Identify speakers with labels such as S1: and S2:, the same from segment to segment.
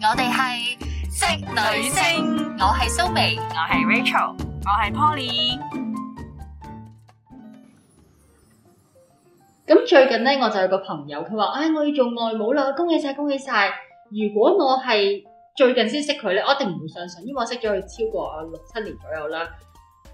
S1: 我哋係職女聲，
S2: 星，
S1: 我係蘇眉。
S2: 我係 Rachel，我係 Poly。
S1: 咁最近咧，我就有個朋友，佢話：，唉、我要做外母啦，恭喜晒，恭喜晒！如果我係最近先識佢咧，我一定唔會相信，因為我識咗佢超過六七年左右啦。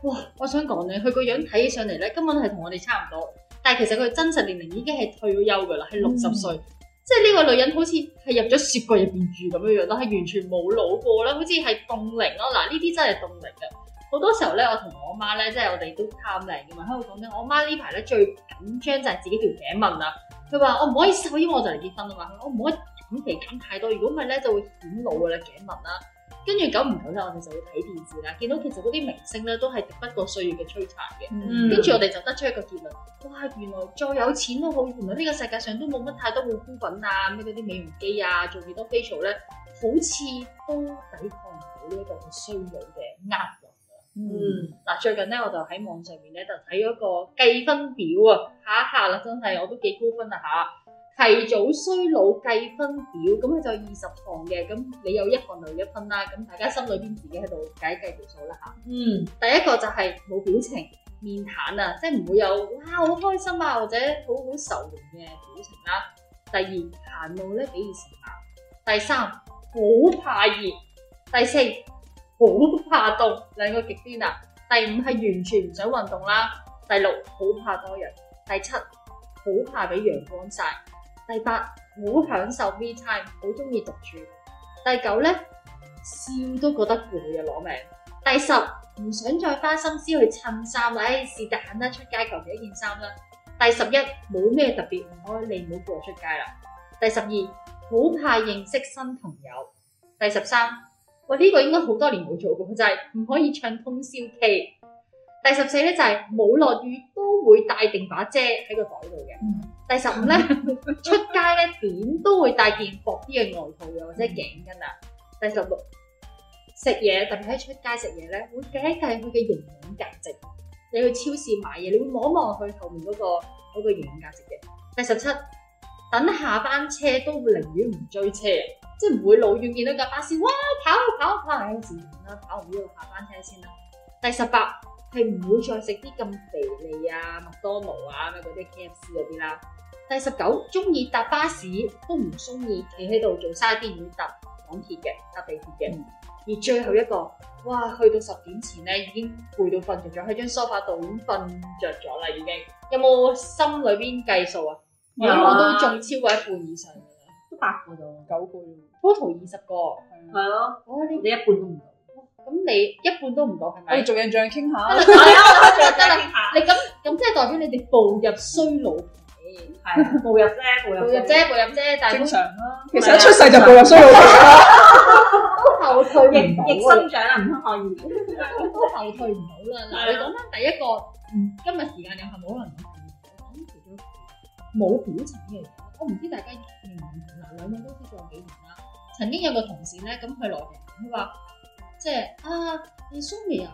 S1: 哇！我想講咧，佢個樣睇起上嚟咧，根本係同我哋差唔多，但係其實佢真實年齡已經係退咗休噶啦，係六十歲。即係呢個女人好似係入咗雪櫃入邊住咁樣樣啦，係完全冇老過啦，好似係凍齡咯。嗱，呢啲真係凍齡嘅。好多時候咧，我同我媽咧，即係我哋都貪靚嘅嘛，喺度講緊我媽呢排咧最緊張就係自己條頸紋啦。佢話我唔可以瘦，因為我就嚟結婚啦啊嘛。佢話我唔可以減肥減太多，如果唔係咧就會顯老㗎啦頸紋啦。跟住久唔久咧，我哋就會睇電視啦，見到其實嗰啲明星咧都係敵不過歲月嘅摧殘嘅。
S2: 嗯
S1: 跟住我哋就得出一個結論，哇！原來再有錢都好，原來呢個世界上都冇乜太多護膚品啊，咩嗰啲美容機啊，做幾多 facial 咧，好似都抵抗唔到呢一個嘅衰老嘅壓力。嗯，嗱，最近咧我就喺網上面咧就睇咗個計分表啊，下一下啦，真係我都幾高分啊嚇！提早衰老計分表，咁佢就二十項嘅，咁你有一項就有一分啦，咁大家心裏邊自己喺度計計條數啦嚇。嗯，第一個就係冇表情、面癱啊，即係唔會有哇好開心啊，或者好好愁容嘅表情啦。第二，行路咧比以前慢。第三，好怕熱。第四，好怕凍，兩個極端啊。第五係完全唔想運動啦。第六，好怕多人。第七，好怕俾陽光曬。第八，好享受 me time，好中意獨處。第九咧，笑都覺得攰啊，攞命。第十，唔想再花心思去襯衫啦，唉、是但啦，出街求其一件衫啦。第十一，冇咩特別唔開，你唔好叫我出街啦。第十二，好怕認識新朋友。第十三，喂呢、個應該好多年冇做過，就係、唔可以唱通宵 K。第十四咧就係冇落雨都會帶定把遮喺個袋度嘅。
S2: 嗯
S1: 第十五咧出街咧點都會帶件薄啲嘅外套嘅或者頸巾啊。第十六食嘢，特別喺出街食嘢咧，會計一計佢嘅營養價值。你去超市買嘢，你會望一望佢後面嗰、個嗰、個營養價值嘅。第十七，等下班車都會寧願唔追車，啊即係唔會老遠見到架巴士，哇跑跑跑喺自然啦，啊跑唔到下班車先啦。第十八係唔會再食啲咁肥膩啊、麥當勞啊、咩嗰啲 K F C 嗰啲啦。第十九，中意搭巴士都唔中意企喺度做嘥電，要搭港鐵嘅、搭地鐵嘅。
S2: 嗯
S1: 而最後一個，哇！去到十點前咧，已經攰到瞓着咗，喺張 sofa 度已經瞓着咗啦，已經。有冇心裏邊計數啊？我諗我都仲超過一半以上㗎啦，
S3: 都八個咗，
S2: 九個月，
S1: total 二十個。係啊
S3: 係咯，
S1: 哇！你
S3: 你一半都唔到。
S1: 咁你一半都唔到係
S2: 我哋
S1: 咪？
S2: 做印象傾下。
S1: 得啦得啦得啦
S3: 傾下，
S1: 你咁咁即係代表你哋步入衰老期，
S3: 係啊步入啫，步入
S1: 步入啫步入啫，但
S2: 正
S1: 係
S2: 常啦。其實一出世就步入衰老期啦。
S1: 都後退唔到
S3: 逆逆
S1: 啊，
S3: 生長啊，唔通可以？
S1: 都後退唔到啦。嗱，
S3: 係啊
S1: 你講翻第一個，嗯今日時間有限，冇可能講我講其中冇表情呢樣嘢，我唔知大家認唔認同嗱，兩位都識咗我幾年啦。曾經有個同事咧，咁佢內地，佢話即係啊，你蘇眉啊，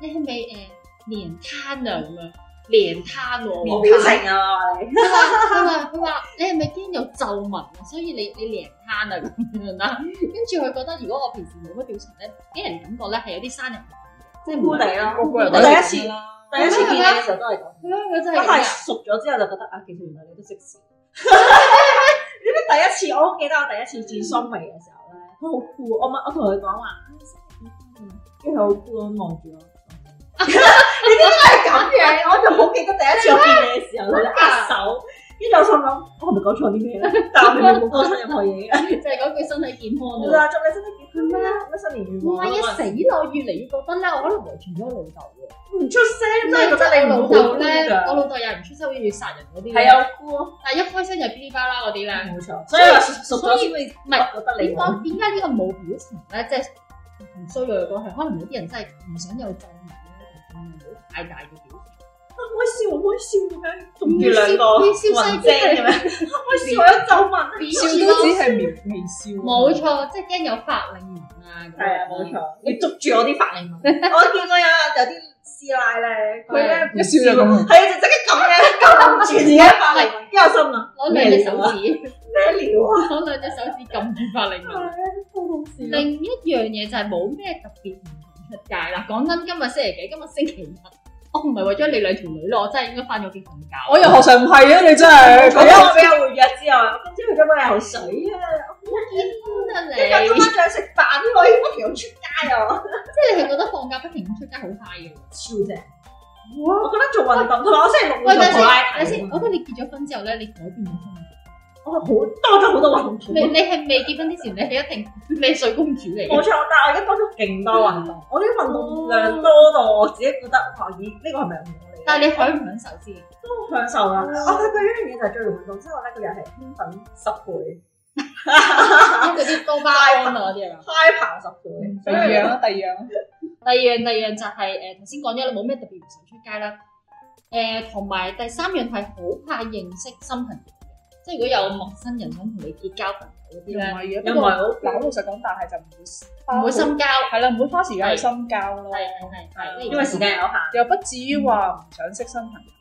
S1: 你係咪誒臉癱啊咁樣？臉癱喎，
S3: 冇表情啊，我哋
S1: 佢話佢話你係咪驚有皺紋啊？所以你你臉癱啊咁樣啦。跟住佢覺得如果我平時冇乜表情咧，俾人感覺咧係有啲生人感嘅，即係
S3: 孤
S1: 唔
S3: 地
S1: 係。
S3: 咯。
S2: 個個人
S3: 我第一次，
S2: 啦。
S3: 第一次見你嘅時候都係
S1: 係
S3: 咁。
S1: 啊，佢真係
S3: 但
S1: 咁
S3: 係
S1: 啊。
S3: 熟咗之後就覺得啊，其實原來你都識笑。你知第一次，我好記得我第一次見蘇眉嘅時候咧，佢好酷，我問我同佢講話，啊跟住佢好酷咁望住我。你點解係咁樣？我就好記得第一次我見你嘅時候，佢就握手，跟住我心諗，我係咪講錯啲咩咧？但我明明冇講錯任何嘢嘅。
S1: 就係嗰句身體健康
S3: 我
S1: 啊！
S3: 話祝你身體健康啦，咩新年願
S1: 哇！
S3: 望。
S1: 一死啦，我越嚟越覺得咧，我可能遺傳咗我老豆喎。
S3: 唔出聲，真係覺得你
S1: 我老
S3: 唔
S1: 豆
S3: 好酷
S1: 咧，我
S3: 㗎。
S1: 老豆又係唔出聲，好似要殺人嗰啲。
S3: 係，啊，酷咯，
S1: 但係一開聲就噼里啪啦嗰啲咧。
S3: 冇錯。所以話熟咗先會
S1: 唔係
S3: 覺得
S1: 點
S3: 你
S1: 講？
S3: 好
S1: 點解呢個冇表情咧？即係唔衰嘅講係，可能有啲人真係唔想有皺紋咧，唔好太大嘅表情。
S3: 開笑，我開笑咁樣，仲
S1: 要兩個雲姐咁
S3: 樣，開笑我有皺紋啊，
S2: 笑都只係微微笑。
S1: 冇。錯，即係驚有法令紋啊。咁樣
S3: 係啊，冇。錯，你捉住我啲髮型，我見過有有啲師奶咧，佢咧唔
S2: 一笑就咁
S3: 係啊，就即刻咁樣撳住自己發嚟紋，跟住我心諗
S1: 攞兩隻手指，
S3: 咩料啊？
S1: 攞兩隻手指撳住法令紋。另一樣嘢就係冇咩特別唔同出街啦。講真，今日星期幾？今日星期日。我唔係為咗你兩條女咯，我真係應該翻咗屋企瞓覺。
S2: 我又學上唔係啊！你真係
S3: 除咗我俾我活躍之外，我今朝去咗買游水啊！
S1: 真係你，
S3: 跟住今晚仲食飯添，我要不停咁出街啊！
S1: 即係你係覺得放假不停咁出街好 high 嘅。
S3: 超正！我覺得做運動同埋我星期六
S1: 喂，
S3: 會
S1: 等
S3: 做
S1: 陣先，
S3: 普拉
S1: 等陣
S3: 提
S1: 先，我覺得你結咗婚之後咧，你改變咗心
S3: 啊我好多咗好多運動
S1: 你。你係未結婚之前，你係一定你係水公主嚟嘅。
S3: 冇錯，但係我而家多咗勁多
S1: 哦
S3: 運動，我啲運動量多到我自己覺得哇！咦，呢個係咪我嚟？
S1: 但係你哦享唔享受先？
S3: 都享受啦！我發覺一樣嘢就係做完運動之後咧，個人係興奮十倍，
S1: 嗰啲多巴胺啊嗰啲啊。
S3: high 爬十倍。
S2: 第二樣啦，第二樣。
S1: 第二樣第二樣就係誒頭先講咗啦，冇咩特別唔想出街啦。誒同埋第三樣係好怕認識新朋友嘅，即係如果有陌生人想同你結交朋友嗰啲
S2: 又唔
S1: 咧，
S2: 係嘅，
S3: 又
S2: 不
S3: 唔
S2: 過
S3: 係好
S2: 嗱，老實講，但係就唔會
S1: 唔會深交。
S2: 係啦，唔會花時間去深交咯
S1: 係，係係，
S3: 因為時間有限。
S2: 又不至於話唔想識新朋友。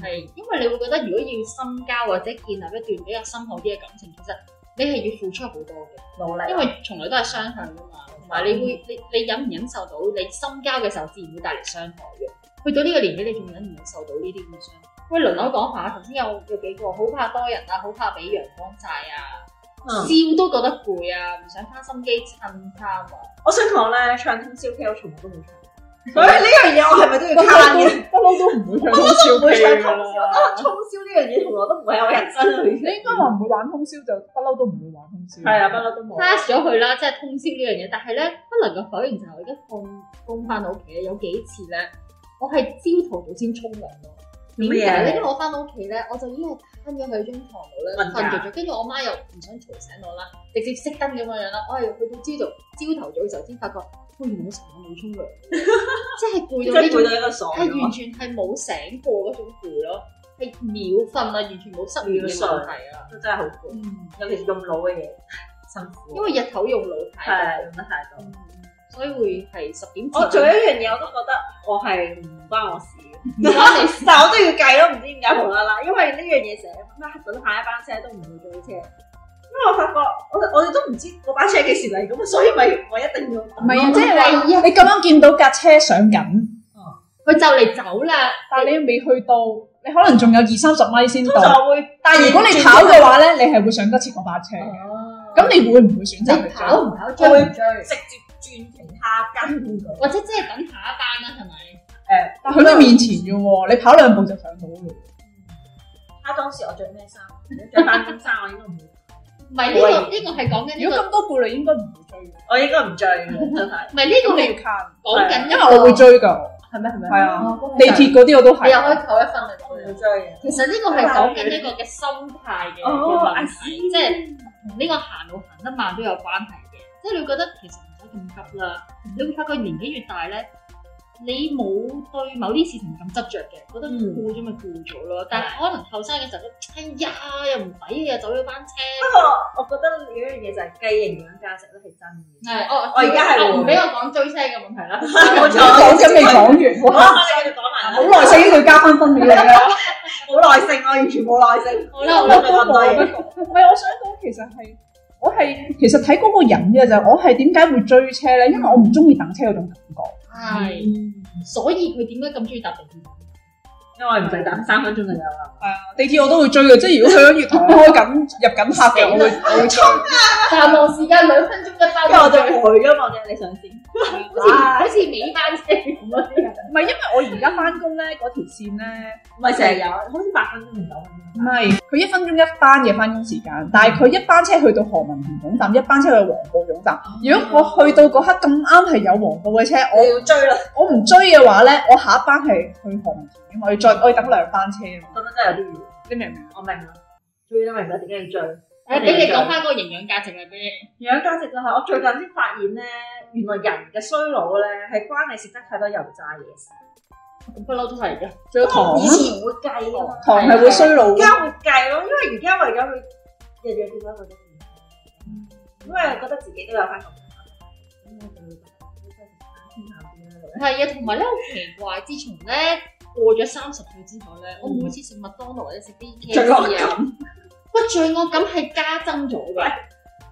S1: 係因為你會覺得如果要深交或者建立一段比較深厚啲嘅感情，其實你係要付出好多嘅。
S3: 努力，啊
S1: 因為從來都係雙向噶嘛，同埋你會你你忍唔忍受到你深交嘅時候，自然會帶嚟傷害嘅。去到呢個年紀，你仲忍唔忍受到呢啲咁嘅傷害？喂，輪流講下，頭先有有幾個好怕多人啊，好怕俾陽光曬啊，
S3: 嗯
S1: 笑都覺得攰啊，唔想花心機襯衫啊。
S3: 我想講咧，唱通宵 K 我從來都冇 唱，所以呢樣嘢我係咪都要卡嘅？
S2: 不嬲都唔會唱通宵
S3: 會
S2: K
S3: 唱
S2: 㗎
S3: 通宵，我覺得
S2: 啦。
S3: 通宵呢樣嘢從來都唔喺我人生裏啊
S2: 你
S3: 面。
S2: 應該話唔會玩通宵，就不嬲都唔會玩通宵。
S3: 係啊，不嬲都冇。
S1: pass 咗佢啦，即係通宵呢樣嘢。但係咧，不能夠否認就係我而家放工翻到屋企咧，有幾次咧，我係朝頭早先沖涼咯。點
S3: 乜嘢
S1: 解咧？因為我翻到屋企咧，我就已經係攤咗喺張床度咧
S3: 瞓
S1: 瞓
S3: 覺
S1: 着咗，跟住我媽又唔想嘈醒我啦，直接熄燈咁樣樣啦。我係去到朝早朝頭早嘅時候先發覺，喂，原來我成晚冇沖涼，即係
S3: 即
S1: 攰到呢
S3: 係攰
S1: 種，
S3: 到一個傻
S1: 係完全係冇醒過嗰種攰咯，係秒瞓啊，完全冇失眠嘅問題啊。
S3: 都真係好攰，
S1: 嗯，
S3: 尤其是咁老嘅嘢，辛苦。
S1: 因為日頭用腦太多
S3: 係。用得太
S1: Ừ.
S3: 多。
S1: 所以會係十點前。
S3: 我做一樣嘢我都覺得我係唔關我事嘅，
S1: 唔關你事，
S3: 但係我都要計咯，唔知點解無啦啦，因為呢樣嘢成日咩等下一班車都唔會到車，因為我發覺我我哋都唔知嗰班車幾時嚟，咁啊所以咪我一定要
S2: 唔係啊，
S1: 我
S2: 即係話
S1: 係啊
S2: 你咁啱見到架車上緊，
S1: 佢就嚟走啦。
S2: 但係你未去到，你可能仲有二三十米先
S3: 通常
S2: 到。
S3: 我會，但
S2: 但係
S3: 係
S2: 如果你跑嘅話咧，你係會上得切嗰把車
S3: 嗯
S2: 嘅。
S1: 哦
S2: 咁你會唔會選擇
S1: 你
S2: 去
S1: 跑
S2: 追？
S1: 唔跑追唔追？
S3: 直接轉其他間公
S1: 或者即係等下一班啦，係咪？
S3: 誒，
S2: 但佢喺你面前嘅喎，你跑兩步就上到咯。
S3: 睇下當時我着咩衫，着翻工衫我應該唔會，
S1: 唔係呢個呢個係講緊呢
S2: 如果
S1: 個，
S2: 咁多顧慮，應該唔會追嘅。
S3: 我應該唔着 嘅，真係。
S1: 唔係呢個
S2: 咁你
S1: 係
S2: 要 count，
S1: 講緊
S2: 因為我會
S1: 追，
S2: 追㗎。
S3: 係咩係咩？
S2: 係啊，地
S1: 地
S2: 鐵嗰啲我都係。
S1: 哦你又可以扣一分啊
S3: 我
S1: 咁
S3: 唔
S1: 樣。
S3: 會追嘅。
S1: 其實呢個係講緊一個嘅心態嘅嘅
S3: 哦
S1: 問題，即係同呢個行路行得慢都有關係嘅。即係你會覺得其實唔使咁急啦，
S3: 嗯
S1: 你會發覺年紀越大咧，你冇對某啲事情咁執着嘅，覺得
S3: 嗯
S1: 攰咗咪攰咗咯。但係可能後生嘅時候都，哎呀又唔抵啊，又走咗班車。
S3: 不過我覺得有一樣嘢就係計營養價值咧係真嘅。
S1: 係哦，
S3: 我而家係會
S1: 哦唔俾我講追車嘅問題啦。
S3: 冇錯
S2: 講緊未講
S3: 好
S2: 完，哇！
S3: 啦，你繼續講埋啊
S2: 好
S3: 啦。
S2: 耐性佢加翻分俾你啦。
S3: 冇耐性，我啊完全冇耐性。
S1: 好啦好
S2: 我
S1: 啦
S2: 都
S3: 我諗咁多嘢。
S2: 唔係，我想講其實係我係其實睇嗰個人嘅就係我係點解會追車咧？因為我唔中意等車嗰種感覺。
S1: 係，所以佢點解咁中意搭地鐵？
S3: 因為唔使等三分鐘就有啦。
S2: 係啊，地鐵我都會追嘅，即係如果佢 喺月台開緊入緊客嘅，我會我會追。
S1: 繁忙時間兩分鐘一
S3: 因為
S1: 班
S3: 我就
S1: 車，
S3: 攰咗嘛，我哋你上先。
S1: 好似好似尾班車咁咯。
S2: 唔係因為我而家翻工咧嗰條線咧，
S3: 唔係成日有，好似八分鐘定九分
S2: 唔
S3: 鐘。
S2: 係佢一分鐘一班嘅翻工時間，但係佢一班車去到何文田總站，一班車去黃埔總站。如果我去到嗰刻咁啱係有黃埔嘅車，我
S3: 我要追啦，
S2: 我唔追嘅話咧，我下一班係去何文田，我要再我要等兩班車，啊
S3: 咁樣真係有啲遠。
S2: 你明唔啊明？
S3: 我明啦，追都明啦，點解要追？
S1: 誒，俾你講翻個營養價值係咩？
S3: 營養價值就係我最近先發現咧，原來人嘅衰老咧係關你食得太多油炸嘢事。
S1: 咁不嬲都係嘅。
S2: 仲有糖
S3: 以前會計啊嘛，
S2: 糖係會啊衰老
S3: 而
S2: 嘅。
S3: 家會計咯，因為而家為咗佢日日點樣佢都啊健康，因為覺得自己都有翻咁上下，咁我就會覺得偏淡啲啦，咁樣
S1: 係啊，同埋咧好奇怪，自從咧過咗三十歲之後咧，我每次食麥當勞或者食啲
S2: 罪惡
S1: KFC 啊，喂罪惡感係加增咗嘅，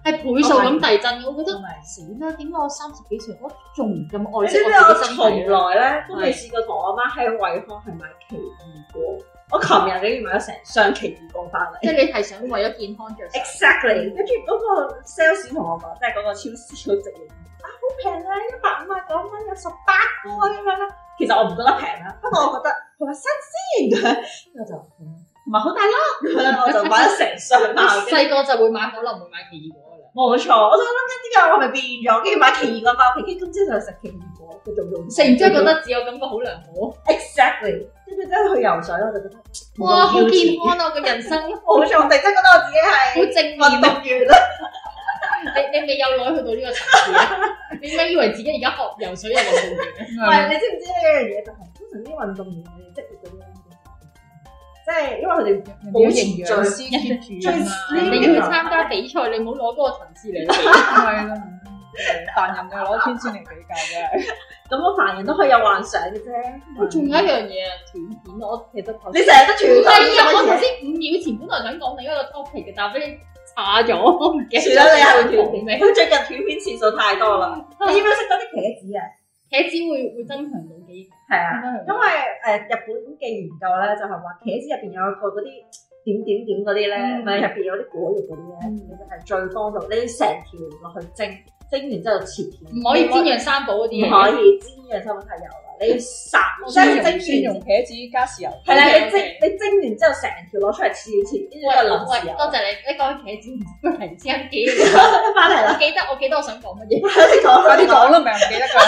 S1: 係倍數咁遞增嘅。我覺得
S3: 同埋
S1: 死啦，點解我三十幾歲我仲唔咁
S3: 你
S1: 愛惜
S3: 知唔知
S1: 我
S3: 啊我
S1: 自己身體
S3: 從
S1: 啊？
S3: 來咧都未試過同我媽喺惠康係買奇異果，我琴日竟然買咗成箱奇異果翻
S1: 即
S3: 嚟。
S1: 係你係想為咗健康着想。
S3: Exactly，跟住嗰個 sales 同我講，即係嗰個超市嗰職員，啊好平啊，一百五啊九蚊有十八個啊咁樣啦。其實我唔覺得平啊啦，不過我覺得佢話新鮮咁樣，跟住我就嗯同埋好大粒咁樣，我就買咗成箱
S1: 啊
S3: 啦。跟 住
S1: 細個就會買可樂，唔會買奇異果㗎啦。
S3: 冇錯，我就諗緊點解我係咪變咗，跟住買奇異果翻屋企，跟住今朝就食奇異果，佢仲用
S1: 食完之後覺得自我感覺好良好，
S3: exactly，跟住之後去游水，我就覺得
S1: 哇！好健
S3: 康，
S1: 康啊，個人生好
S3: 冇錯，我突然間覺得我自己係
S1: 正 面
S3: 運
S1: 啊！
S3: 動員啦，
S1: 你你未有女去到呢個層次啊？你咪以為自己而家學游水又運動員啊？
S3: 唔係你知唔知呢樣嘢就係通常啲運動員佢哋職業嗰啲咧，即係因為佢哋保持
S2: 營養師 keep 住啊嘛，
S3: 最
S1: 你
S3: 呢
S1: 要
S3: 個
S1: 去參加比賽，你唔好攞嗰個層次嚟 比。
S2: 係啦，凡人就攞天仙嚟比較嘅，
S3: 咁我凡人都可以有幻想嘅啫。
S1: 我仲有一樣嘢啊，斷片啊我其實頭
S3: 你
S1: 先
S3: 成日都
S1: 唔
S3: 傳
S1: 係
S3: 統
S1: 啊，我
S3: 嘢
S1: 頭，先五秒前本來想講另一個 topic 嘅，但係俾你岔咗， 我唔記得
S3: 傳咗你係會斷
S1: 講
S3: 片，
S1: 咩？
S3: 佢最近斷片次數太多 啦。你要唔要食多啲茄子啊？
S1: 茄子會會增強到記憶，
S3: 係啊。
S1: 應
S3: 因為誒日本嘅研究咧，就係話茄子入邊有一個嗰啲點點點嗰啲咧，
S1: 嗯
S3: 咪入邊有啲果肉嗰啲咧，
S1: 嗯
S3: 其實係最幫到你成條落去蒸，蒸完之後切片，
S1: 該唔可以煎釀三寶嗰
S3: 唔
S1: 啲嘢。
S3: 可以煎嘅三文太油啦，啊你要殺，即
S2: 蒜
S3: 係
S2: 蓉蒜
S3: 蒸
S2: 蓉
S3: 完。
S2: 茄子加豉油，
S3: 係啦，
S1: OK，OK
S3: 你蒸你蒸完之後成條攞出嚟切切，跟住
S1: 喂
S3: 就淋豉
S1: 喂，
S3: 油。
S1: 多謝你，你講起茄子唔知忽然之間記 憶
S3: 翻嚟啦，
S1: 我記得我記得我想講乜嘢，
S3: 你講
S2: 快啲講啦，咪唔記得㗎。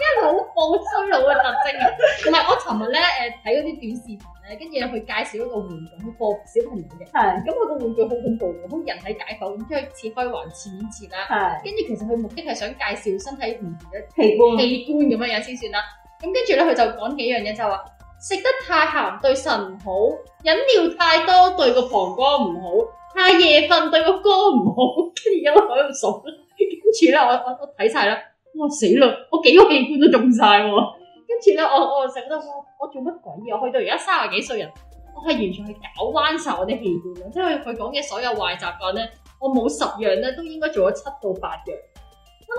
S1: 因為好暴衰老嘅特徵啊！唔係我尋日咧誒睇嗰啲短視頻咧，跟住佢介紹一個玩具，佢播小朋友嘅。
S3: 係
S1: 咁佢個玩具好恐怖嘅，好似人體解剖咁，將佢切開還切面切啦。
S3: 係
S1: 跟住其實佢目的係想介紹身體唔同嘅
S3: 器官
S1: 器官咁樣樣先算啦。咁跟住咧，佢就講幾樣嘢，就話食得太鹹對腎唔好，飲料太多對個膀胱唔好，太夜瞓對個肝唔好。跟住一路喺度數，跟住咧我我我睇晒啦，哇死啦！我幾個器官都中晒喎。跟住咧，我我就覺得哇，我做乜鬼嘢？我去到而家三十幾歲人，我係完全係搞彎晒我啲器官啊嘅，即係佢講嘅所有壞習慣咧，我冇十樣咧，都應該做咗七到八樣。真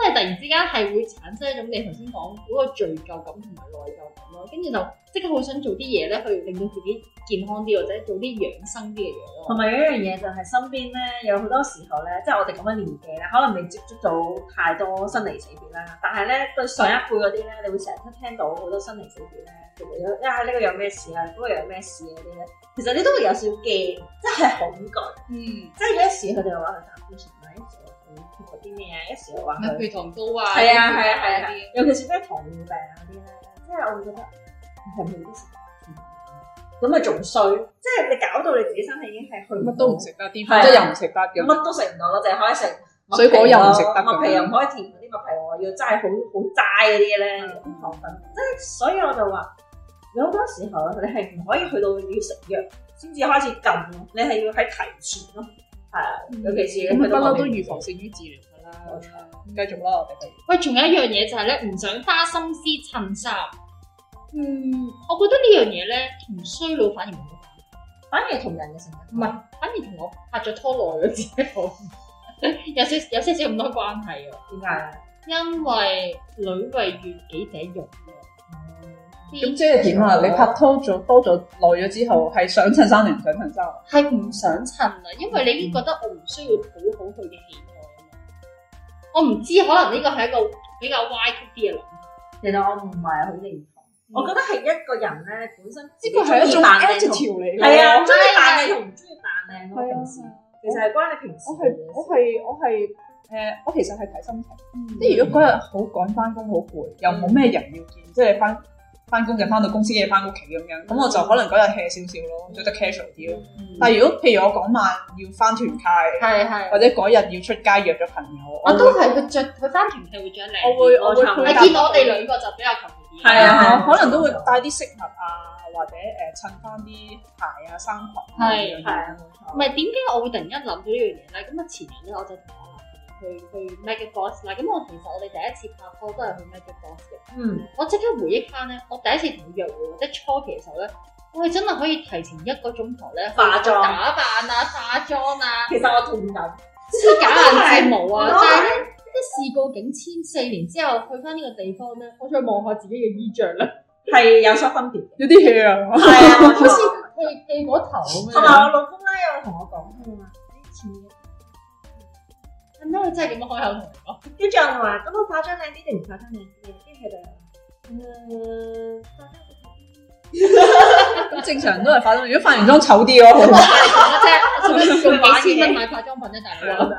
S1: 係突然之間係會產生一種你頭先講嗰個罪疚感同埋內疚感咯，跟住就即刻好想做啲嘢咧，去令到自己健康啲，或者做啲養生啲嘅嘢
S3: 同
S1: 咯。
S3: 埋有一樣嘢就係身邊咧，有好多時候咧，即係我哋咁嘅年紀咧，可能未接觸到太多生離死別啦。但係咧，對上一輩嗰啲咧，你會成日都聽到好多生離死別咧，其實有啊呢個有咩事啊，嗰個有咩事嗰啲咧，其實你都會有少少驚，即係恐懼。
S1: 嗯，
S3: 即係有一時佢哋話佢膽固醇啊，一時又佢缺乏啲咩啊，一時又話
S1: 咩
S3: 佢，
S1: 血糖高啊，
S3: 係啊係啊係啊
S1: 啲，
S3: 尤其是咩糖尿病啊嗰啲咧，即係我會覺得嗯係咪都食甜嘢咁咪仲衰，即係你搞到你自己身體已經係去
S2: 乜都唔
S3: 到
S2: 食得，啲
S3: 係啊
S2: 即係又唔食得嘅。
S3: 乜都食唔到咯，淨係可以食麥皮咯
S2: 水果又唔食得㗎
S3: 麥皮又唔可以甜嗰啲麥皮，我要齋好好齋嗰啲咧，啲糖分。即係所以我就話，有好多時候你係唔可以去到要食藥先至開始禁咯，你係要喺提前咯，係啊，尤其是
S2: 咁佢
S3: 你去
S2: 不
S3: 到
S2: 嬲都
S3: 後面
S2: 預防勝於治療㗎啦。
S3: 冇錯
S2: 繼續啦，我哋不如
S1: 喂，仲有一樣嘢就係咧，唔想花心思襯衫。嗯，我覺得呢樣嘢咧，同衰老反而冇關，
S3: 反而同人嘅成
S1: 唔係，反而同我拍咗拖耐咗之後， 有少有些少咁多關係啊。
S3: 點解咧？
S1: 因為女為悦己者容啊。
S2: 咁即係點啊？你拍拖咗多咗耐咗之後，係想襯衫定唔想襯衫？啊
S1: 係唔想襯啊，因為你已經覺得我唔需要討好佢嘅喜愛啊嘛。我唔知，可能呢個係一個比較歪曲啲嘅諗法。
S3: 其實我唔係好認同，我覺得係一個人咧本身
S2: 呢個係一種
S3: 中意扮靚
S2: attitude 嚟嘅。
S3: 係啊，中意
S1: 係啊
S3: 扮靚同唔中意扮靚咯，
S2: 係啊
S3: 平時其實係關你平時
S2: 我係
S3: 嘅
S2: 我
S3: 事
S2: 係我係誒，我其實係睇心情。嗯即
S1: 即
S2: 係
S1: 係如
S2: 如果嗰日好趕翻工好攰，又冇咩人要見，即係翻翻工就翻到公司嘅翻屋企咁樣，咁我就可能嗰日 hea 少少咯，着得 casual 啲咯。
S1: 果
S2: 但係如果譬如我嗰晚要翻團契，
S1: 嗯係係，
S2: 或者嗰日要出街約咗朋友，
S1: 我
S2: 會
S1: 都係佢着佢翻團契會着得靚啲。
S2: 我會我會
S3: 我
S2: 配
S3: 尋
S1: 係
S2: 搭
S1: 見啊我哋兩個就比較求其啲。
S2: 係
S3: 係啊
S2: 啊，
S3: 係啊
S2: 可能都會帶啲飾物啊，或者誒襯翻啲鞋啊、衫裙啊咁樣
S1: 係
S3: 係啊，冇錯
S1: 唔。係點解我會突然間諗到呢樣嘢咧？咁啊前日咧我就同我男朋友去去 make a boss 嗱，咁我其實我哋第一次拍拖都係去 make a boss 嘅。
S3: 嗯，
S1: 我即刻回憶翻咧，我第一次同佢約會喎，即係初期嘅時候咧，我係真係可以提前一個鐘頭
S2: 啊
S1: 咧
S3: 化妝
S1: 打扮啊、化妝啊、
S3: 其實我同緊，
S1: 黐假眼睫毛啊
S2: 哦
S3: 真，係
S1: 但係咧。即係事過境遷，四年之後去翻呢個地方咧，我再望下自己嘅衣着咧，
S3: 係有所分別嘅。
S2: 有啲 h 啊，
S3: 係 啊，冇
S1: 好似剃剃嗰頭咁
S3: 同埋
S1: 樣。
S3: 我老公咧有同我講，佢話你似
S1: 係咩？佢真係咁樣開口同我講。
S3: 跟住我就話：咁我化妝靚啲定唔化妝靚啲啊？跟住佢就話：誒，化妝
S2: 咁正常都係化妝。如果化完妝醜啲咯，好啊
S1: 我啫，我做緊用幾千蚊買化妝品啫，大佬。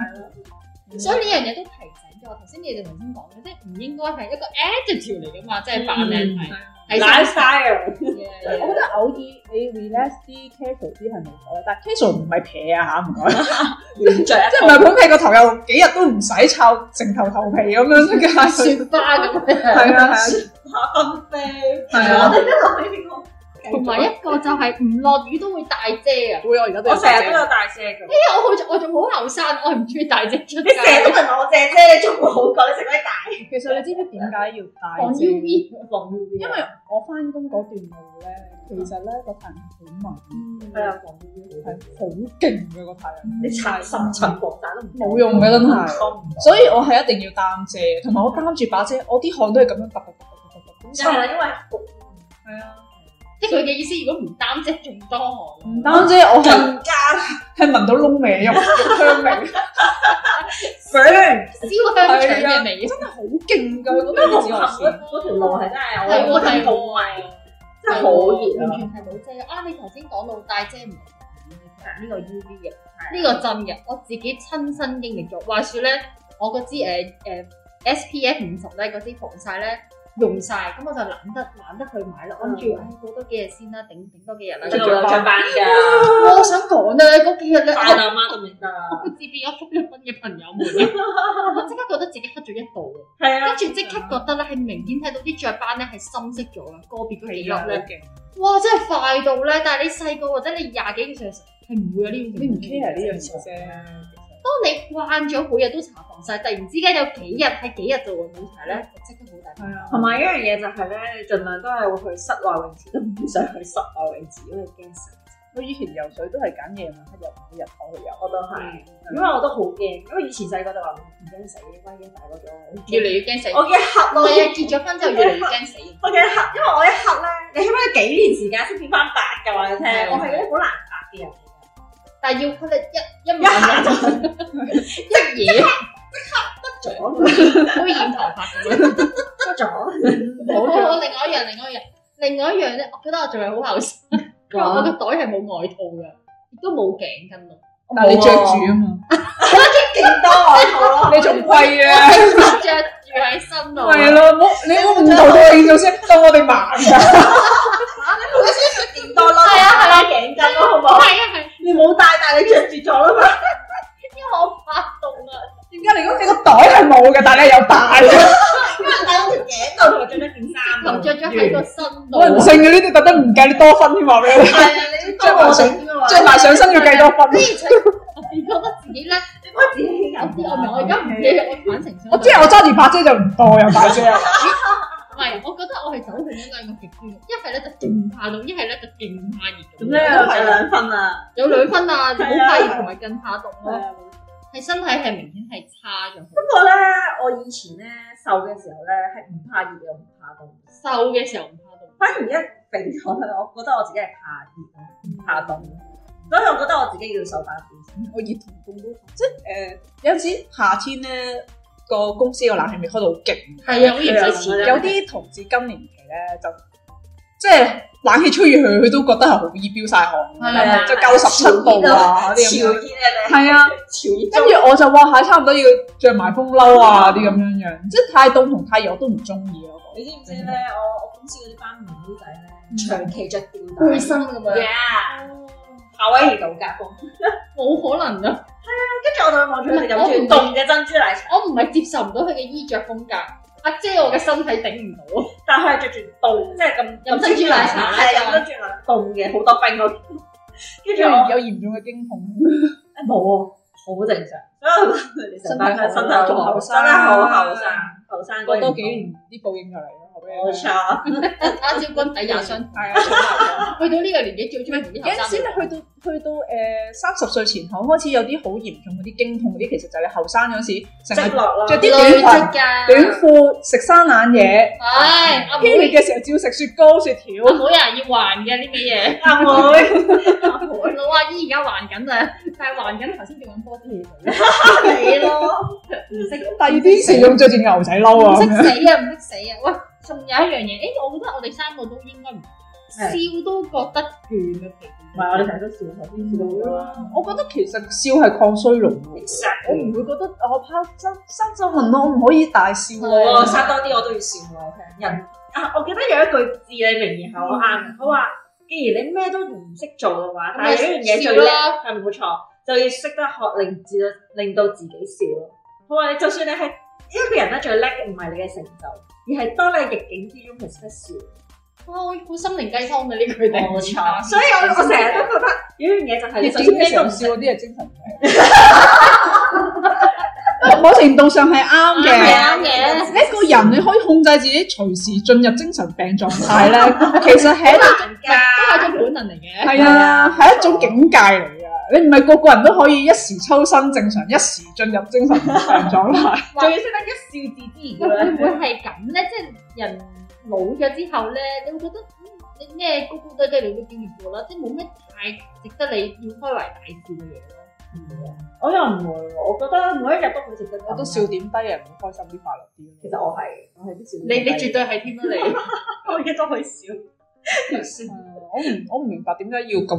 S1: 所以呢樣嘢都提醒咗我，頭先你哋頭先講嘅，即係唔應該係一個 attitude 嚟噶嘛，即係扮靚係
S2: 嗯
S1: 係
S3: lifestyle，
S2: 我覺得偶爾你 relax 啲 casual 啲係冇所謂，但 casual 唔係撇啊嚇，唔 該，
S3: 亂著
S2: 即係唔係捧屁個頭又幾日都唔使摷，淨頭頭皮咁樣都 嘅，
S1: 雪花咁樣。
S2: 係啊
S3: 下分飛。
S2: 係
S3: 我
S2: 啊，
S3: 哋都諗起邊個？
S1: 同埋一個就係唔落雨都會大遮啊！
S2: 會我而家
S3: 我成日都有大遮嘅。
S1: 因為我好我仲好後生，我唔中意大遮出
S3: 你成日 都
S1: 街。
S3: 問我借遮，你仲會好過你食鬼大
S2: 其實你知唔知點解要戴
S1: 防
S2: 遮？
S1: UV，
S3: 防 U V
S2: 因為我翻工嗰段路咧，其實咧個太陽好猛，
S3: 係
S1: 嗯
S3: 啊，防 U V
S2: 係好勁嘅個太陽，
S3: 你搽十層防曬都唔
S2: 冇用嘅真係。
S3: 幫唔到。
S2: 所以我係一定要擔遮，同埋我擔住把遮，我啲汗都係咁樣突突突突突突咁
S3: 係啦，
S2: 曬。
S3: 因為焗
S2: 係啊，
S1: 即係佢嘅意思，如果唔擔遮仲多汗。
S2: 唔擔遮我係
S3: 更加
S2: 係聞到窿味 肉肉香味，
S1: 燒香腸
S2: 啊
S3: burn。
S1: 嘅味，
S2: 真係好勁㗎！
S3: 咁
S2: 嗰
S3: 樣
S2: 個
S3: 紅
S2: 紫
S3: 磡
S2: 外線
S3: 嗰 嗰條路係真係
S1: 係喎
S3: 我覺得
S1: 係
S3: 好
S1: 喎
S3: 迷，，真係好熱
S1: 完
S3: 啊！
S1: 全係冇遮啊！你頭先講到大遮唔係呢個 U V 嘅。呢個真嘅，我自己親身經歷咗。話説咧，我嗰支誒誒 SPF 五十咧嗰支防曬咧用晒，咁我就懶得懶得去買啦。
S3: 嗯
S1: 我諗住唉過多幾日先啦，頂頂多幾日啦。
S3: 仲有上班㗎，
S1: 哇我想講咧，嗰幾日咧，
S3: 快
S1: 我
S3: 到媽都未得。
S1: 我自變咗福一分嘅朋友們咧， 我即刻覺得自己黑咗一度嘅，
S3: 係啊，
S1: 跟住即刻覺得咧係明顯睇到啲雀斑咧係深色咗啦，啊個別嗰幾粒
S3: 啊
S2: 好
S1: 咧，
S2: 勁，
S1: 哇真係快到咧！但係你細個或者你廿幾歲嘅時候係唔會有呢種
S2: 你唔
S1: 情況
S2: care 呢樣嘢啫。
S1: 當你慣咗每日都搽防曬，突然之間有幾日係幾日就會冇搽咧，就即刻好大。
S2: 係啊，
S3: 同埋一樣嘢就係咧，你盡量都係會去室內泳池，都唔想去室外泳池，因為驚死。
S2: 我以前游水都係揀夜晚黑游，唔會日頭去游。嗯
S3: 我都係，因為我都好驚，因為以前細個就話唔驚死，關鍵大個咗，我
S1: 越嚟
S3: 驚
S1: 越驚死。
S3: 我驚黑
S1: 我
S3: 咯，
S1: 係啊，結咗婚之後越嚟越 驚死。
S3: 我嘅黑，因為我一黑咧，你起碼幾年時間先變翻白㗎，話你聽，
S1: 係
S3: 我係嗰啲好難白嘅人嚟㗎。
S1: 但係要佢哋一一晚 就一夜
S3: 咗，
S1: 可以染頭髮咁樣。
S3: 咗，
S1: 好，好另外一樣，另外一樣，另外一樣咧，我覺得我仲係好後生，因為我個袋係冇外套㗎，亦都冇頸巾 咯。
S2: 但係你着住啊嘛，
S3: 勁多外套咯。
S2: 你仲貴啊！
S1: 着住喺身 度。
S2: 係咯，冇你誤導到聽眾先，當我哋盲㗎。
S3: 勁多咯，
S1: 係啊係啊
S3: 頸巾咯，好唔
S1: 係
S3: 好？
S1: 啊係，
S3: 你冇帶，但係你着住咗啦嘛。
S1: 因為我發凍啊。
S2: 點解你講你個袋係冇嘅，但係你又 大嘅？
S3: 因為帶咗條頸度同埋着咗件衫
S1: 頭着咗喺個身度，啊
S2: 我唔信嘅呢啲特登唔計你多分添話俾你聽，
S3: 係啊，你都幫我整㗎嘛。
S2: 着埋上身要計多分。
S1: 你覺得自己咧，
S3: 你幫自己
S1: 我知
S3: 人。
S1: 我明，我而家唔記得我反成相。
S2: 我啊即係我揸住把遮就唔多有把遮，
S1: 唔係，我覺得我係走向咗兩個極端，一係咧就勁怕凍，一係咧就勁怕熱。
S3: 咁咧又係兩分啦。
S1: 有兩分啊，好怕熱同埋更怕凍
S3: 係
S1: 咯，
S3: 啊。
S1: 係身體係明顯係差咗。
S3: 不過咧，我以前咧瘦嘅時候咧係唔怕熱又唔怕凍，
S1: 瘦嘅時候唔怕凍，
S3: 反而一肥咗咧，我覺得我自己係怕熱咯，唔怕凍。所以我覺得我自己要瘦翻啲先。
S2: 我熱同凍都即係誒呃有陣時夏天咧個公司個冷氣未開到好勁，
S1: 係啊，好熱水池
S3: 係啊
S2: 有啲同事今年期咧就即係冷氣吹住佢，佢都覺得係好熱飆晒汗，
S1: 係啊
S2: 就夠十七度啊嗰啲咁樣。
S3: 潮熱啊你，
S2: 係啊。
S3: 潮熱
S2: 跟住我就話係差唔多要着埋風褸啊啲咁樣樣，即係太凍同太熱我都唔中意咯。
S3: 你知唔知咧？我我公司嗰啲班妹妹仔咧，長期着吊帶，
S1: 背心咁樣，
S3: Yeah，夏威夷度假風。
S1: 冇可能啊！
S3: 跟住我就會望住佢哋飲住凍嘅珍珠奶茶，
S1: 我唔係接受唔到佢嘅衣着風格，阿姐我嘅身體頂唔到，啊
S3: 但係佢係着住凍，即係咁
S1: 飲珍珠奶茶
S3: 係啊飲珍珠奶茶凍嘅，好多冰嗰啲。跟住我哎
S2: 有嚴重嘅驚恐，
S3: 冇喎，好正常。所以你成班身體仲後生，真係好後生，後生
S2: 過多幾年啲報應就嚟啦，後尾
S3: 冇錯。
S1: 打招軍底廿箱，
S2: 係啊。
S1: 去到呢個年紀最中意同
S2: 有
S1: 啲
S2: 陣
S1: 後
S2: 時
S1: 生
S2: 你去到去到誒三十歲前後開始有啲好嚴重嗰啲經痛嗰啲，其實就係你後生嗰陣時，成日
S3: 積落啦，
S2: 着啲
S1: 累
S2: 短
S1: 出㗎，
S2: 裙、短褲、食生冷嘢，
S1: 唉，阿妹
S2: 偏熱嘅時候照食雪糕、雪條
S1: 阿。妹啊要還嘅呢味嘢，
S3: 阿妹
S1: 老阿姨而家還緊啊，但係還緊頭先仲揾波貼
S3: 你咯，唔識
S2: 第二啲時仲着住牛仔褸
S1: 唔
S2: 啊
S1: 識！死啊，唔識死啊！喂，仲有一樣嘢，誒、我覺得我哋三個都應該唔笑都覺得倦嘅
S3: 唔係我哋成日都笑，頭先笑到啦。
S2: 我覺得其實笑係抗衰老喎
S3: Exactly
S2: 我唔會覺得我怕生生皺紋咯，我唔可以大笑啊
S3: 我
S2: 咯。
S3: 哦生多啲我都要笑我聽人啊！我記得有一句至理名言係好啱嘅，佢話：既然你咩都唔識做嘅話，但係有一樣嘢最叻係冇錯，就要識得學令自令到自己笑咯。佢話你就算你係一個人咧最叻嘅唔係你嘅成就，而係當你逆境之中其識得笑。
S1: 哇，我好心靈雞湯嘅呢句
S3: 冇錯，所以我我成日都覺得有一樣嘢就係
S2: 逆
S3: 你就
S2: 境
S3: 算咩
S2: 嘅時
S3: 都
S2: 候
S3: 唔
S2: 笑
S3: 識，
S2: 嗰啲係精神病。某程度上係啱
S1: 啱
S2: 嘅
S1: 嘅。
S2: 一個人你可以控制自己隨時進入精神病狀態咧，其實係一種
S3: 人㗎。
S1: 都係一種本能嚟嘅。
S2: 係啊，係一種境界嚟嘅。你唔係個個人都可以一時抽身正常，一時進入精神病狀態。
S3: 仲要識得一笑置之
S1: 會唔會
S3: 嘅
S1: 係咁咧？即係人老咗之後咧，你會覺得嗯你咩高高低低你都經歷過啦，即係冇咩太值得你要開懷大笑嘅嘢咯。
S3: 我又唔會喎，我覺得每一日都好值得。
S2: 我都笑點低，人會開心啲、快樂啲。
S3: 其實我係我係都笑。
S1: 你你絕對係添啦， 你
S3: 我而家都可以笑，
S2: 嗯我唔我唔明白點解要咁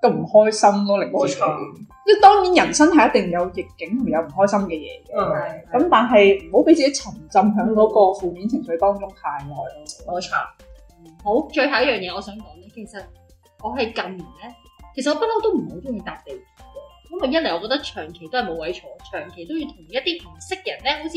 S2: 咁唔開心咯，令自己
S3: 冇錯。
S2: 即係當然人生係一定有逆境同有唔開心嘅嘢嘅，
S3: 嗯
S2: 咁但係唔好俾自己沉浸喺嗰個負面情緒當中太耐咯。
S3: 冇錯，
S1: 好。最後一樣嘢我想講咧，其實我係近年咧，其實我不嬲都唔係好中意搭地鐵嘅，因為一嚟我覺得長期都係冇位坐，長期都要同一啲唔識嘅人咧，好似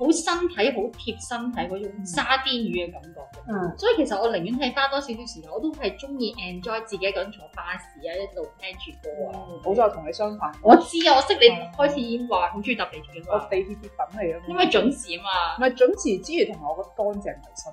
S1: 好身體好貼身體嗰種沙甸魚嘅感覺嘅。
S3: 嗯，
S1: 所以其實我寧願係花多少少時間，我都係中意 enjoy 自己一個人坐巴士啊，一路聽住歌啊。
S2: 我就嗯同你相反，
S1: 我知啊，我識你開始已經話好中意搭地鐵嘅
S2: 我
S1: 嘛，
S2: 地鐵鐵粉嚟啊嘛，
S1: 因為準時啊
S2: 唔
S1: 嘛。
S2: 係準時之餘，同埋我覺得乾淨衞生。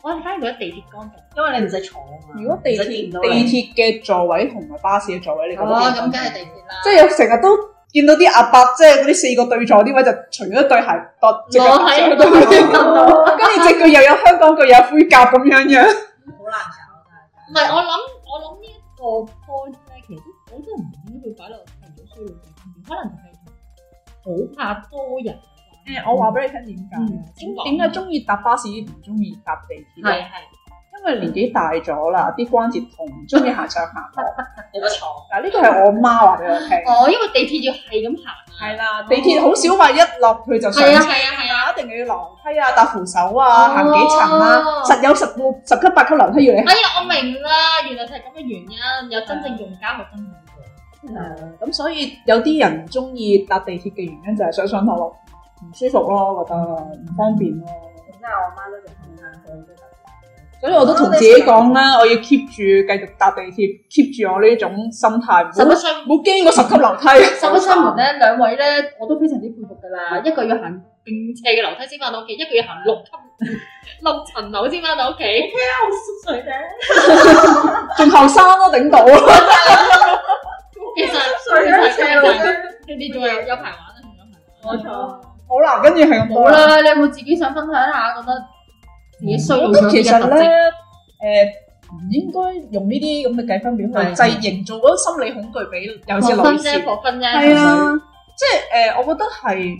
S1: 我係反而覺得地鐵乾淨。
S3: 因為你唔使坐啊嘛。
S2: 如果地
S3: 唔使見
S2: 鐵
S3: 到
S2: 地
S3: 你哦
S2: 鐵嘅座位同埋巴士嘅座位，你
S1: 哦
S2: 覺得邊個
S1: 地鐵啦
S2: 即係有成日都見到啲阿伯，即係嗰啲四個對坐啲位就除咗對鞋，跺隻腳
S1: 攞喺
S2: 去到嗰啲跟住隻腳又有香港腳又有灰甲咁樣樣。
S3: 好難搞，
S1: 唔係我諗，我諗呢一個 point 咧，其實我真係唔應該會擺落提早衰老嘅觀點，可能就係好怕多人。啊
S2: 誒，我話俾你聽點解
S1: 嗯？
S2: 點點解中意搭巴士唔中意搭地鐵咧？
S1: 係係
S2: 因為年紀大咗啦，啲關節痛，唔中意行上行落。
S3: 有得坐。
S2: 嗱，呢個係我媽話俾我聽。
S1: 哦，因為地鐵要係咁行啊。
S2: 係啦，地鐵好少話一落佢就上
S1: 係啊
S2: 車
S1: 係啊係啊。
S2: 一定要落樓梯啊，搭扶手
S1: 哦
S2: 啊，行幾層啊，實有十個十級八級樓梯要你行。
S1: 哎呀，我明啦，原來就係咁嘅原因，有真正用家去分享過。
S2: 咁所以有啲人唔中意搭地鐵嘅原因就係想上頭落唔舒服咯，覺得唔方便咯。
S3: 真係我媽都仲好難佢都
S2: 所以我都同自己講啦，我要 keep 住繼續搭地鐵，keep 住我呢種心態，唔
S1: 實
S2: 好
S1: 不相
S2: 唔好經過十級樓梯。啊
S1: 實不相瞞咧，兩位咧我都非常之佩服㗎啦，一個要行勁斜嘅樓梯先翻到屋企，一個要行六級六層樓先翻到屋企。
S3: 好濕水啫，
S2: 仲後生都頂到。
S1: 其實
S3: 水
S1: 其實其
S3: 車路
S1: 實
S3: 啫，
S1: 你哋仲有有排玩啊，仲有排玩。
S3: 冇錯。
S2: 好啦，跟住係咁
S1: 冇
S2: 多啦。
S1: 啦，嗯你有冇自己想分享下覺得自己衰老
S2: 我覺
S1: 咗
S2: 得其
S1: 啲嘅
S2: 實
S1: 特
S2: 咧，
S1: 徵？
S2: 誒、唔應該用呢啲咁嘅計分表去製營造嗰個心理恐懼俾有
S1: 破
S2: 啲
S1: 分
S2: 女
S1: 啫，
S2: 士。
S1: 破分啫。
S2: 係啊，即係誒、我覺得係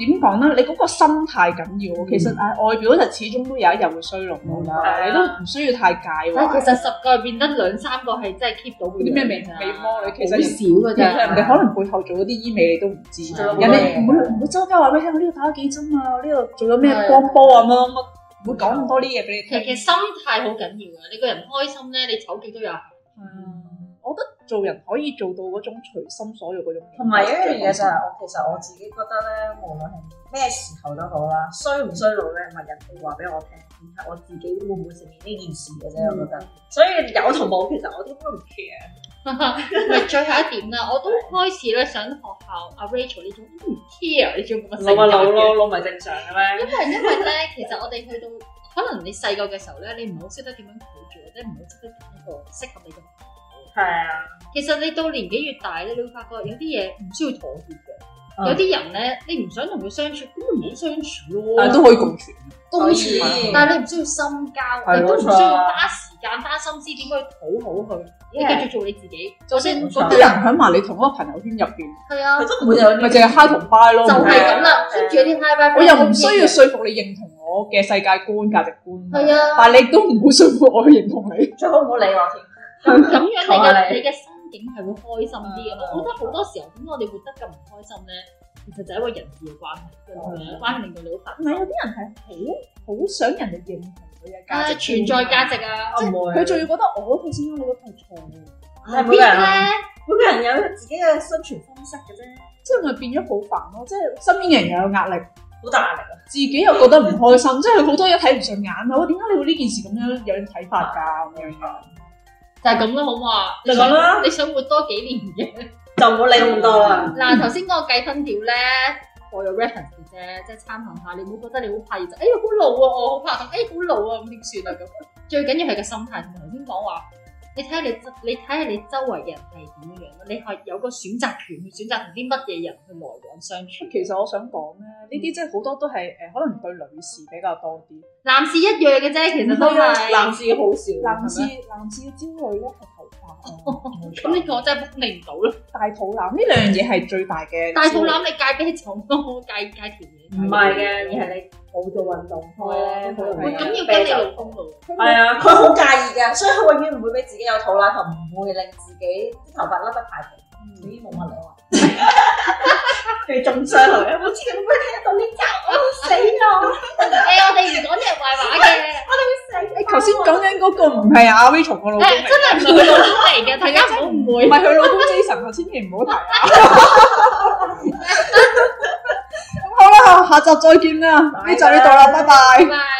S2: 點講咧？你嗰個心態緊
S1: 嗯
S2: 要。其實誒、外表就始終都有一日會衰落到
S3: 係
S2: 啦，
S3: 啊
S2: 你都唔需要太介
S1: 但嗯係啊
S2: 懷。
S1: 其實十個入邊得兩三個係真係 keep 到嗰
S2: 嗰啲咩微
S1: 啊
S2: 微魔女其實
S1: 好少㗎
S2: 其實人哋
S1: 咋。
S2: 可能背後做嗰啲醫美你都唔知，
S1: 係啊
S2: 人哋唔會唔會周街話俾你聽，我呢度打咗幾針啊，我呢度做咗咩光波啊乜乜乜，唔會講咁多呢嘢俾你
S1: 其實其
S2: 聽
S1: 實。心態好緊要㗎，你個人開心咧，你醜極都有。
S2: 嗯我覺得做人可以做到嗰種隨心所欲嗰種。
S3: 同埋有一樣嘢
S1: 啊
S3: 就係我其實我自己覺得咧，無論係咩時候都好啦，衰唔衰老咧，唔係人哋話俾我聽，而嗯係我自己會唔會承認呢件事嘅啫。我覺得，所以有同冇其實我都都唔 care。
S1: 咪最後一點啦，我都開始咧想學校阿 Rachel 呢種唔 care 呢種咁嘅性格嘅，
S3: 老咪正常嘅咩？
S1: 因為因為咧，其實我哋去到可能你細個嘅時候咧，你唔好識得點樣拒絕，或者唔好識得揀一個適合你嘅朋友。
S3: 係啊，
S1: 其實你到年紀越大咧，你會發覺有啲嘢唔需要妥協
S3: 嗯
S1: 嘅，有啲人咧你唔想同佢相處，咁咪唔好相處咯。
S2: 啊但係都可以共存。
S1: 都
S3: 可以
S1: 處，但係你唔需要深交，
S2: 係
S1: 你都唔需
S3: 冇錯
S1: 要
S3: 啊
S1: 花時間花心思點去討好佢，你
S3: Yeah
S1: 繼續做你自己。
S2: 就
S1: 算
S2: 嗰
S1: 冇錯
S2: 啲人喺埋你同一個朋友圈入邊，
S1: 係啊
S3: 佢，都唔會有呢
S2: 咪淨係 hi 同 bye 咯。
S1: 就
S2: 冇
S1: 係
S2: 嘢
S1: 咁啦，
S3: 係啊
S1: keep 住啲 high b
S2: 我又唔需要說服你認同我嘅世界觀、價值觀。
S1: 係啊
S2: 但係你都唔好說服我去認同你。
S3: 最好唔好理我添。
S1: 咁樣你
S3: 求下
S1: 嘅
S3: 你
S1: 你嘅心境係會開心啲啊嘛。
S3: 嗯
S1: 我覺得好多時候點解我哋活得咁唔開心咧，其實就係因為人事嘅關係，人
S3: 嗯
S1: 際關係令到你好
S2: 唔係有啲人係好好想人哋認同佢嘅
S1: 煩。
S2: 價
S1: 誒
S2: 值
S1: 存在
S2: 觀
S1: 價值啊！
S3: 我唔會。
S2: 佢仲要覺得我嗰套先啱，你嗰套係錯嘅，
S3: 係每
S1: 邊
S3: 個人，啊
S1: 咧？
S3: 每個人有自己嘅生存方式嘅啫，
S2: 即係咪變咗好煩咯？即係身邊人又有壓力，
S3: 好大壓力啊！
S2: 自己又覺得唔開心，即係好多嘢睇唔上眼啊！我點解你會呢件事咁樣有睇法㗎？咁樣樣
S1: 就係咁啦，好唔好啊？
S3: 你講啦
S1: 你想活多幾年 嘅？
S3: 就唔好理咁多啊啦。
S1: 嗱，頭先嗰個計分條咧，for your reference 嘅啫，即係參考下，你唔好覺得你好怕熱就，哎呀好老啊，我好怕咁，哎好老啊，咁點算啊咁？最緊要係個心態，同埋頭先講話，你睇下你周你睇下你周圍嘅人係點樣樣咯，你係有個選擇權去選擇同啲乜嘢人去來往相處。
S2: 其實我想講咧，呢啲即係好多都係誒，可能對女士比較多啲。
S1: 男士一樣嘅啫，其實都係。
S3: 啊
S1: 哦
S3: 男士好少，
S2: 男士男士嘅焦慮咧係頭髮啊，冇
S1: 咁你
S2: 錯。
S1: 講真係幫你唔到啦。
S2: 大肚腩呢兩樣嘢係最大嘅。
S1: 大肚腩你戒啤酒咯，戒戒甜嘢。
S3: 唔係嘅，而係你冇做運動開咧，好容
S1: 喂
S3: 易
S1: 咁要
S3: 啤
S1: 跟你
S3: 酒
S1: 老公咯。
S2: 佢
S3: 係啊，佢好介意嘅，所以佢永遠唔會俾自己有肚腩，同唔會令自己啲頭髮甩得太平。
S1: 嗯
S3: 已經冇乜 兩啊！佢中傷佢， 我知佢會唔會聽到呢集，我會死啊！
S1: 誒，我哋唔講啲人壞話嘅。
S3: 我會死。
S2: 你頭先講緊嗰個唔係阿 Rachel 個老公
S1: 誒，
S2: 嚟
S1: 真係唔係佢老公嚟嘅，大家唔好誤
S2: 唔
S1: 會。
S2: 係佢老公 Jason 啊，千祈唔好 提啊！咁好啦，下集再見啦，呢集呢度啦，拜拜
S1: 拜。拜。